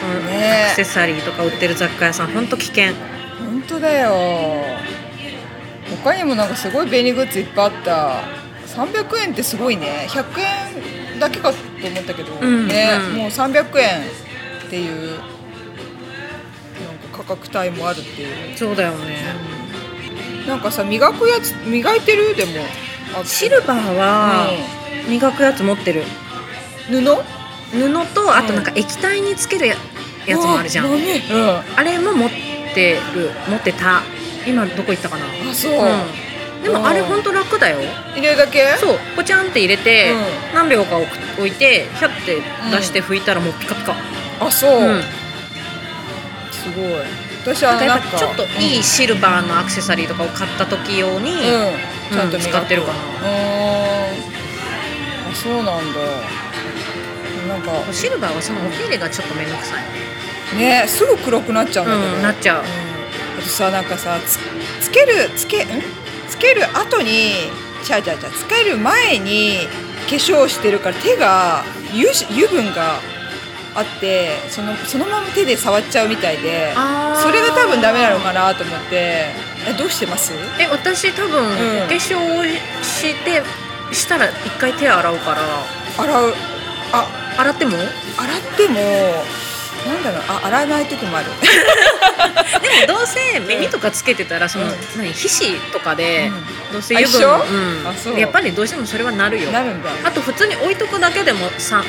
Speaker 2: この
Speaker 3: ね
Speaker 2: アクセサリーとか売ってる雑貨屋さん本当危険
Speaker 3: 本当だよ他にもなんかすごい便利グッズいっぱいあった300円ってすごいね100円だけかと思ったけど、
Speaker 2: うん
Speaker 3: ね、
Speaker 2: うん
Speaker 3: もう300円っていうなんか価格帯もあるっていう
Speaker 2: そうだよね
Speaker 3: なんかさ磨くやつ磨いてるでもあ
Speaker 2: シルバーは磨くやつ持ってる
Speaker 3: うん布
Speaker 2: 布とあとなんか液体につけるややつもあるじゃん
Speaker 3: うわ豆う
Speaker 2: あれも持ってる持ってた今どこ行ったかな、
Speaker 3: ん。あそう。
Speaker 2: うん、でもあれほんと楽だよ
Speaker 3: 入れるだけ？
Speaker 2: そうポチャンって入れて、
Speaker 3: う
Speaker 2: 何秒か置く置いてひゃって出して拭いたらもうピカピカ、
Speaker 3: あそうう。
Speaker 2: ん、
Speaker 3: すごい。私
Speaker 2: だ
Speaker 3: は
Speaker 2: から
Speaker 3: な
Speaker 2: や
Speaker 3: ん
Speaker 2: っ
Speaker 3: か
Speaker 2: ぱちょっといいシルバーのアクセサリーとかを買った時用に、
Speaker 3: うん、うんちゃんと磨く
Speaker 2: うん使ってるかな
Speaker 3: うーん。あそうなんだ。なんか
Speaker 2: シルバーはそのお手入れがちょっと面倒くさい、
Speaker 3: ねすぐ黒くなっちゃうんだけど。
Speaker 2: うんなっちゃ
Speaker 3: う
Speaker 2: う
Speaker 3: んあとさなんかさつつけるつけんつける後にちゃうちゃうちゃうつける前に化粧してるから手が油脂油分があってそのそのまま手で触っちゃうみたいで。
Speaker 2: あ
Speaker 3: それが多分ダメなのかなと思ってえどうしてます
Speaker 2: え私多分、
Speaker 3: ん
Speaker 2: お化粧をしてしたら一回手洗うから
Speaker 3: 洗うあ
Speaker 2: 洗ってもでも
Speaker 3: 洗ってもなんだろうあ洗わない時もある *laughs*
Speaker 2: どうせ耳とかつけてたらその、
Speaker 3: うん
Speaker 2: 何皮脂とかで、どうせ
Speaker 3: あ
Speaker 2: 油
Speaker 3: 一緒
Speaker 2: 分、うん
Speaker 3: あそう
Speaker 2: やっぱりどうしてもそれはなるよ
Speaker 3: なるんだ
Speaker 2: あと普通に置いとくだけでも酸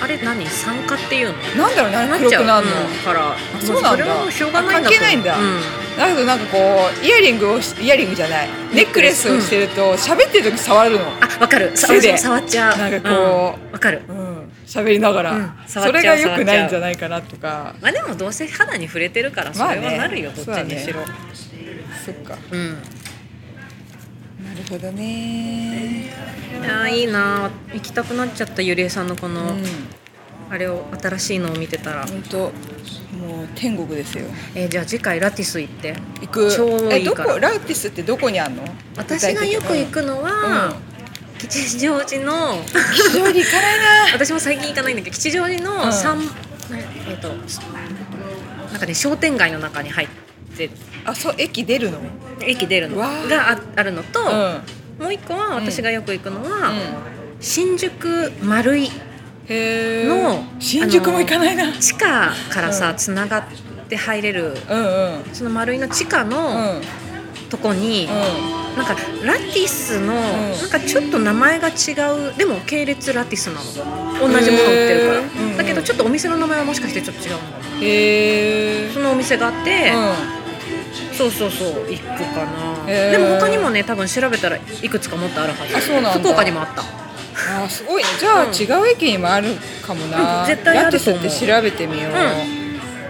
Speaker 2: あれ何酸化っていうの
Speaker 3: なんだろうな
Speaker 2: なっ
Speaker 3: 黒
Speaker 2: ちゃ
Speaker 3: く
Speaker 2: う
Speaker 3: なるの、
Speaker 2: うんから
Speaker 3: そうなんだ
Speaker 2: それはもうしょうがないんだと思
Speaker 3: 関係
Speaker 2: う
Speaker 3: ないんだ
Speaker 2: うん
Speaker 3: だけどなんかこうイヤリングをしイヤリングじゃないネックレスをしてると喋ってる時触るの
Speaker 2: あわかるさ
Speaker 3: 手で
Speaker 2: 触っちゃう
Speaker 3: なんかこ
Speaker 2: うんわかる
Speaker 3: うん喋りながら、
Speaker 2: うん触
Speaker 3: そ
Speaker 2: っちゃう
Speaker 3: れが良くないんじゃないかなとか
Speaker 2: まあでもどうせ肌に触れてるからそれはなるよ、どっちにしろ、
Speaker 3: そっか
Speaker 2: うん
Speaker 3: なるるほどね、
Speaker 2: いやーいいなー行きたくなっちゃったゆりえさんのこ
Speaker 3: う
Speaker 2: の、
Speaker 3: ん
Speaker 2: あれを新しいのを見てたら、
Speaker 3: 本当もう天国ですよ
Speaker 2: えーじゃあ次回ラティス行って
Speaker 3: 行く
Speaker 2: 超いいから
Speaker 3: えどこラウティスってどこにあんの
Speaker 2: 私がよく行くのは、
Speaker 3: うん
Speaker 2: 吉祥
Speaker 3: *laughs*
Speaker 2: 寺の
Speaker 3: 非常に行かないな
Speaker 2: 私も最近行かないんだけど吉祥寺
Speaker 3: う
Speaker 2: の
Speaker 3: ん
Speaker 2: 三、なえっ、となんかね商店街の中に入って
Speaker 3: *laughs* あそう駅出るの
Speaker 2: 駅出るの
Speaker 3: わー
Speaker 2: がああるのと、
Speaker 3: うん、
Speaker 2: もう一個は私がよく行くのは、
Speaker 3: う
Speaker 2: 新宿丸い
Speaker 3: ん、へー
Speaker 2: の
Speaker 3: 新宿も行かないな
Speaker 2: 地下から
Speaker 3: う
Speaker 2: さ
Speaker 3: ん
Speaker 2: つながって入れる
Speaker 3: うんうん
Speaker 2: その丸いの地下
Speaker 3: う
Speaker 2: の
Speaker 3: ん
Speaker 2: とこに、
Speaker 3: う
Speaker 2: なんかラティスの、なんかちょっと名前が違うでも系列ラティスなの同じもの売ってるから、
Speaker 3: へーうん
Speaker 2: だけどちょっとお店の名前はもしかしてちょっと違うのかなん
Speaker 3: へえ
Speaker 2: そのお店があって、
Speaker 3: う
Speaker 2: そうそうそう行くかな、
Speaker 3: へー
Speaker 2: でも他にもね多分調べたらいくつかもっとあるはず
Speaker 3: あそうなんだ
Speaker 2: 福岡にもあった
Speaker 3: ん、あすごいねじゃあ、
Speaker 2: うん
Speaker 3: 違う駅にもあるかもな、
Speaker 2: うん絶対あると思う
Speaker 3: ラティスって調べてみよう、う
Speaker 2: うん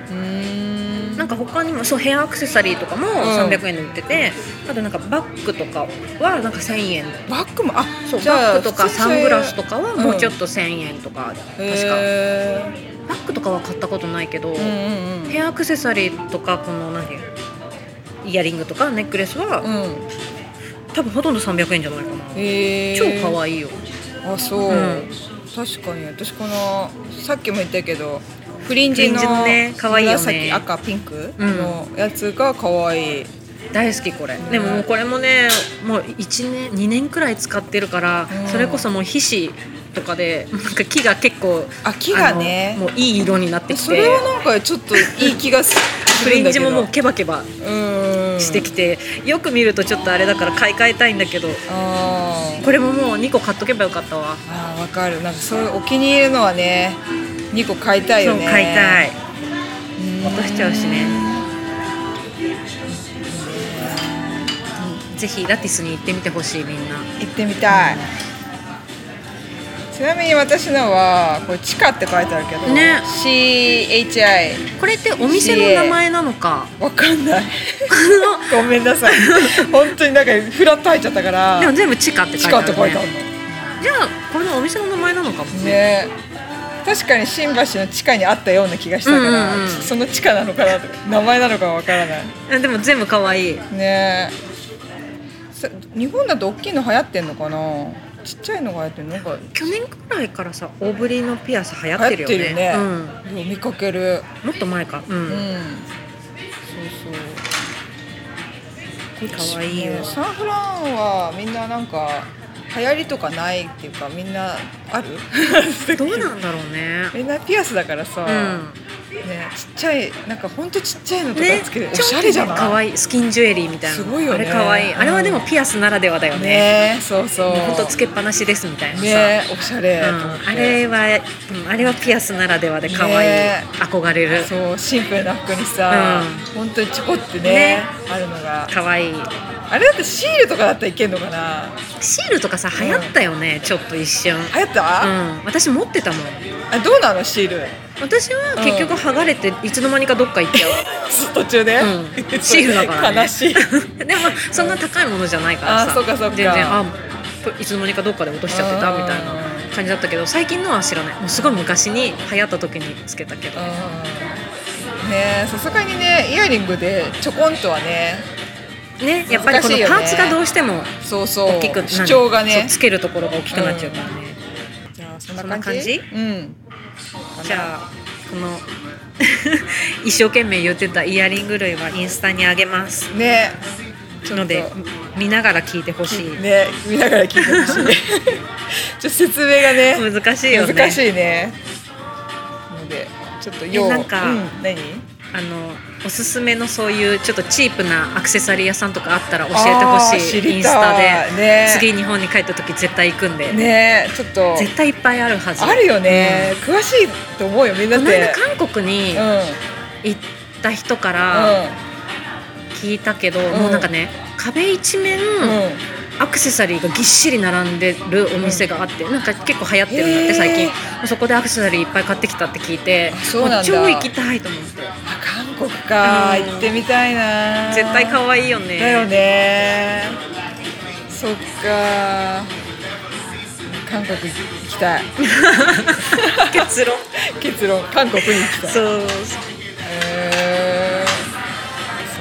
Speaker 3: ーん
Speaker 2: なんか他にもそうヘアアクセサリーとかも300円で売ってて、あとなんかバッグとかはなんか1000円
Speaker 3: バッグもあ
Speaker 2: そう
Speaker 3: じゃあ
Speaker 2: バッグとか
Speaker 3: 普通に
Speaker 2: サングラスとかはもううんちょっと1000円とか、
Speaker 3: そういう
Speaker 2: 確か
Speaker 3: へ
Speaker 2: バッグとかは買ったことないけど、
Speaker 3: ーうん
Speaker 2: ヘアアクセサリーとかこの何イヤリングとかネックレスは、
Speaker 3: うんうんうん
Speaker 2: 多分ほとんど300円じゃないかな、
Speaker 3: へー
Speaker 2: 超可愛いよ
Speaker 3: あそう、
Speaker 2: うん
Speaker 3: 確かに私このさっきも言ったけどフリンジの
Speaker 2: フリンジのね可愛いよね
Speaker 3: 紫赤ピンク
Speaker 2: うん
Speaker 3: のやつが可愛い、
Speaker 2: 大好きこれ、でももうこれもねもう1年2年くらい使ってるから、
Speaker 3: うん
Speaker 2: それこそもう皮脂とかでなんか木が結構
Speaker 3: あ木がね
Speaker 2: あのもういい色になってきて
Speaker 3: それはなんかちょっといい気がす
Speaker 2: フ
Speaker 3: る
Speaker 2: リ
Speaker 3: ん
Speaker 2: ン
Speaker 3: だ
Speaker 2: ジ
Speaker 3: け
Speaker 2: も
Speaker 3: ど
Speaker 2: もうケバケバ
Speaker 3: うん
Speaker 2: してきて、よく見るとちょっとあれだから買い替えたいんだけど
Speaker 3: あー
Speaker 2: これももう2個買っとけばよかったわ
Speaker 3: あーわかるなんかそういうお気に入りのはね2個買いたいよね
Speaker 2: そう買いたい
Speaker 3: うん
Speaker 2: 落としちゃうしねぜひラティスに行ってみてほしいみんな
Speaker 3: 行ってみたいちなみに私のはこれ地下って書いてあるけど、
Speaker 2: ね
Speaker 3: CHI
Speaker 2: これってお店の名前なのか
Speaker 3: わかんない *laughs* ごめんな
Speaker 2: *laughs*
Speaker 3: さい本当になんかフラッと入っちゃったから
Speaker 2: でも全部地下って
Speaker 3: 地
Speaker 2: 書いて
Speaker 3: 下
Speaker 2: あ
Speaker 3: って
Speaker 2: る、
Speaker 3: 書いてあ
Speaker 2: ね
Speaker 3: る、
Speaker 2: じゃあこれのお店の名前なのかも
Speaker 3: の
Speaker 2: ね
Speaker 3: ね確かに新橋の地下にあったような気がしたから、
Speaker 2: うんうんうん
Speaker 3: その地下なのかなとか名前なのかわからない
Speaker 2: えでも全部可愛い
Speaker 3: ねさ日本だと大きいの流行ってんのかなちっちゃいのが流行ってるのなんか
Speaker 2: 去年くらいからさ大ぶりのピアス流行ってるよね
Speaker 3: 流行ってるよね
Speaker 2: うん、
Speaker 3: よう見かける
Speaker 2: もっと前かう、
Speaker 3: うんんそうそう
Speaker 2: 可愛いよ
Speaker 3: ねサンフランはみんななんか流行りとかないっていうかみんなある *laughs*
Speaker 2: どうなんだろうね
Speaker 3: みんなピアスだからさ、
Speaker 2: うん
Speaker 3: ね、ちっちゃいなんかほんとちっちゃいのとか
Speaker 2: ね
Speaker 3: つけて、おしゃれじゃない
Speaker 2: 可愛いスキンジュエリーみたいな
Speaker 3: すごいよね
Speaker 2: あれ可愛いあれはでも
Speaker 3: うん
Speaker 2: ピアスならではだよね
Speaker 3: ねそうそう
Speaker 2: ほんとつけっぱなしですみたいなさ、
Speaker 3: ねおしゃれ
Speaker 2: う
Speaker 3: と思って、
Speaker 2: ん、あれは、うん、あれはピアスならではで可愛い、
Speaker 3: ね
Speaker 2: 憧れる
Speaker 3: そうシンプルな服にさ、
Speaker 2: う
Speaker 3: 本当にちょこってね
Speaker 2: ね
Speaker 3: あるのが
Speaker 2: 可愛い
Speaker 3: あれだってシールとかだったらいけんのかな
Speaker 2: シールとかさ流行ったよね、ちょっと一瞬
Speaker 3: 流行った、
Speaker 2: う
Speaker 3: あ
Speaker 2: ん、私持ってたもん
Speaker 3: どうなのシール
Speaker 2: 私は結局剥がれていつの間にかどっか行っちゃ
Speaker 3: 途中で、 *laughs*
Speaker 2: う、うん、シールだから、ね、
Speaker 3: 悲しい
Speaker 2: *laughs* でもそんな高いものじゃないからさ
Speaker 3: あそうかそうか
Speaker 2: 全然あいつの間にかどっかで落としちゃってたみたいな感じだったけど最近のは知らないもうすごい昔に流行った時につけたけど、
Speaker 3: うんねさすがにねイヤリングでちょこんとはね
Speaker 2: ねやっぱり
Speaker 3: 難
Speaker 2: この
Speaker 3: しいよね
Speaker 2: パーツがどうしても
Speaker 3: そうそう
Speaker 2: 大きくなる
Speaker 3: 主張が
Speaker 2: そう
Speaker 3: ね
Speaker 2: つけるところが大きくなっちゃうからね、
Speaker 3: いやそんな感じ
Speaker 2: そんな
Speaker 3: うん
Speaker 2: じゃあこの *laughs* 一生懸命言ってたイヤリング類はインスタにあげます
Speaker 3: あね
Speaker 2: ので見ながら聞いてほしい、
Speaker 3: ね見ながら聞いてほ
Speaker 2: *laughs*
Speaker 3: しいちょっと説明がね
Speaker 2: 難しいよね
Speaker 3: 難しいね。ので、ちょっと要
Speaker 2: えなんか
Speaker 3: うん、何？
Speaker 2: あのおすすめのそういうちょっとチープなアクセサリー屋さんとかあったら教えてほ
Speaker 3: あー
Speaker 2: し
Speaker 3: 知り
Speaker 2: い
Speaker 3: たい
Speaker 2: インスタで、
Speaker 3: ね
Speaker 2: 次日本に帰った時絶対行くんで、
Speaker 3: ねえ、ちょっと
Speaker 2: 絶対いっぱいあるはず
Speaker 3: あるよね、詳しいと思うよみん
Speaker 2: う
Speaker 3: なっ
Speaker 2: んこの間
Speaker 3: て。
Speaker 2: 韓国に
Speaker 3: うんうん
Speaker 2: 行った人から聞いたけど、
Speaker 3: ん
Speaker 2: もうなんかね壁一面、
Speaker 3: うん。
Speaker 2: アクセサリーがぎっしり並んでるお店があって、なんか結構流行ってるんだっ
Speaker 3: へ
Speaker 2: て
Speaker 3: ー
Speaker 2: 最近そこでアクセサリーいっぱい買ってきたって聞いて
Speaker 3: あそうなんだ
Speaker 2: も超行きたいと思って
Speaker 3: あ韓国か、
Speaker 2: うん
Speaker 3: 行ってみたいな。
Speaker 2: 絶対
Speaker 3: わ
Speaker 2: 可愛いよね
Speaker 3: だよね。そっか韓国行きたい
Speaker 2: *laughs* 結論
Speaker 3: 結論韓国に行きたい
Speaker 2: そう
Speaker 3: え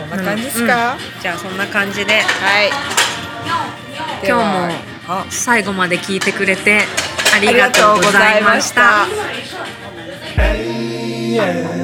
Speaker 3: ーそんな感じですか、
Speaker 2: うんじゃあそんな感じで
Speaker 3: はいで
Speaker 2: 今
Speaker 3: は
Speaker 2: 日も
Speaker 3: あ
Speaker 2: 最後まで聞いてくれてありがとうございました。
Speaker 4: yeah.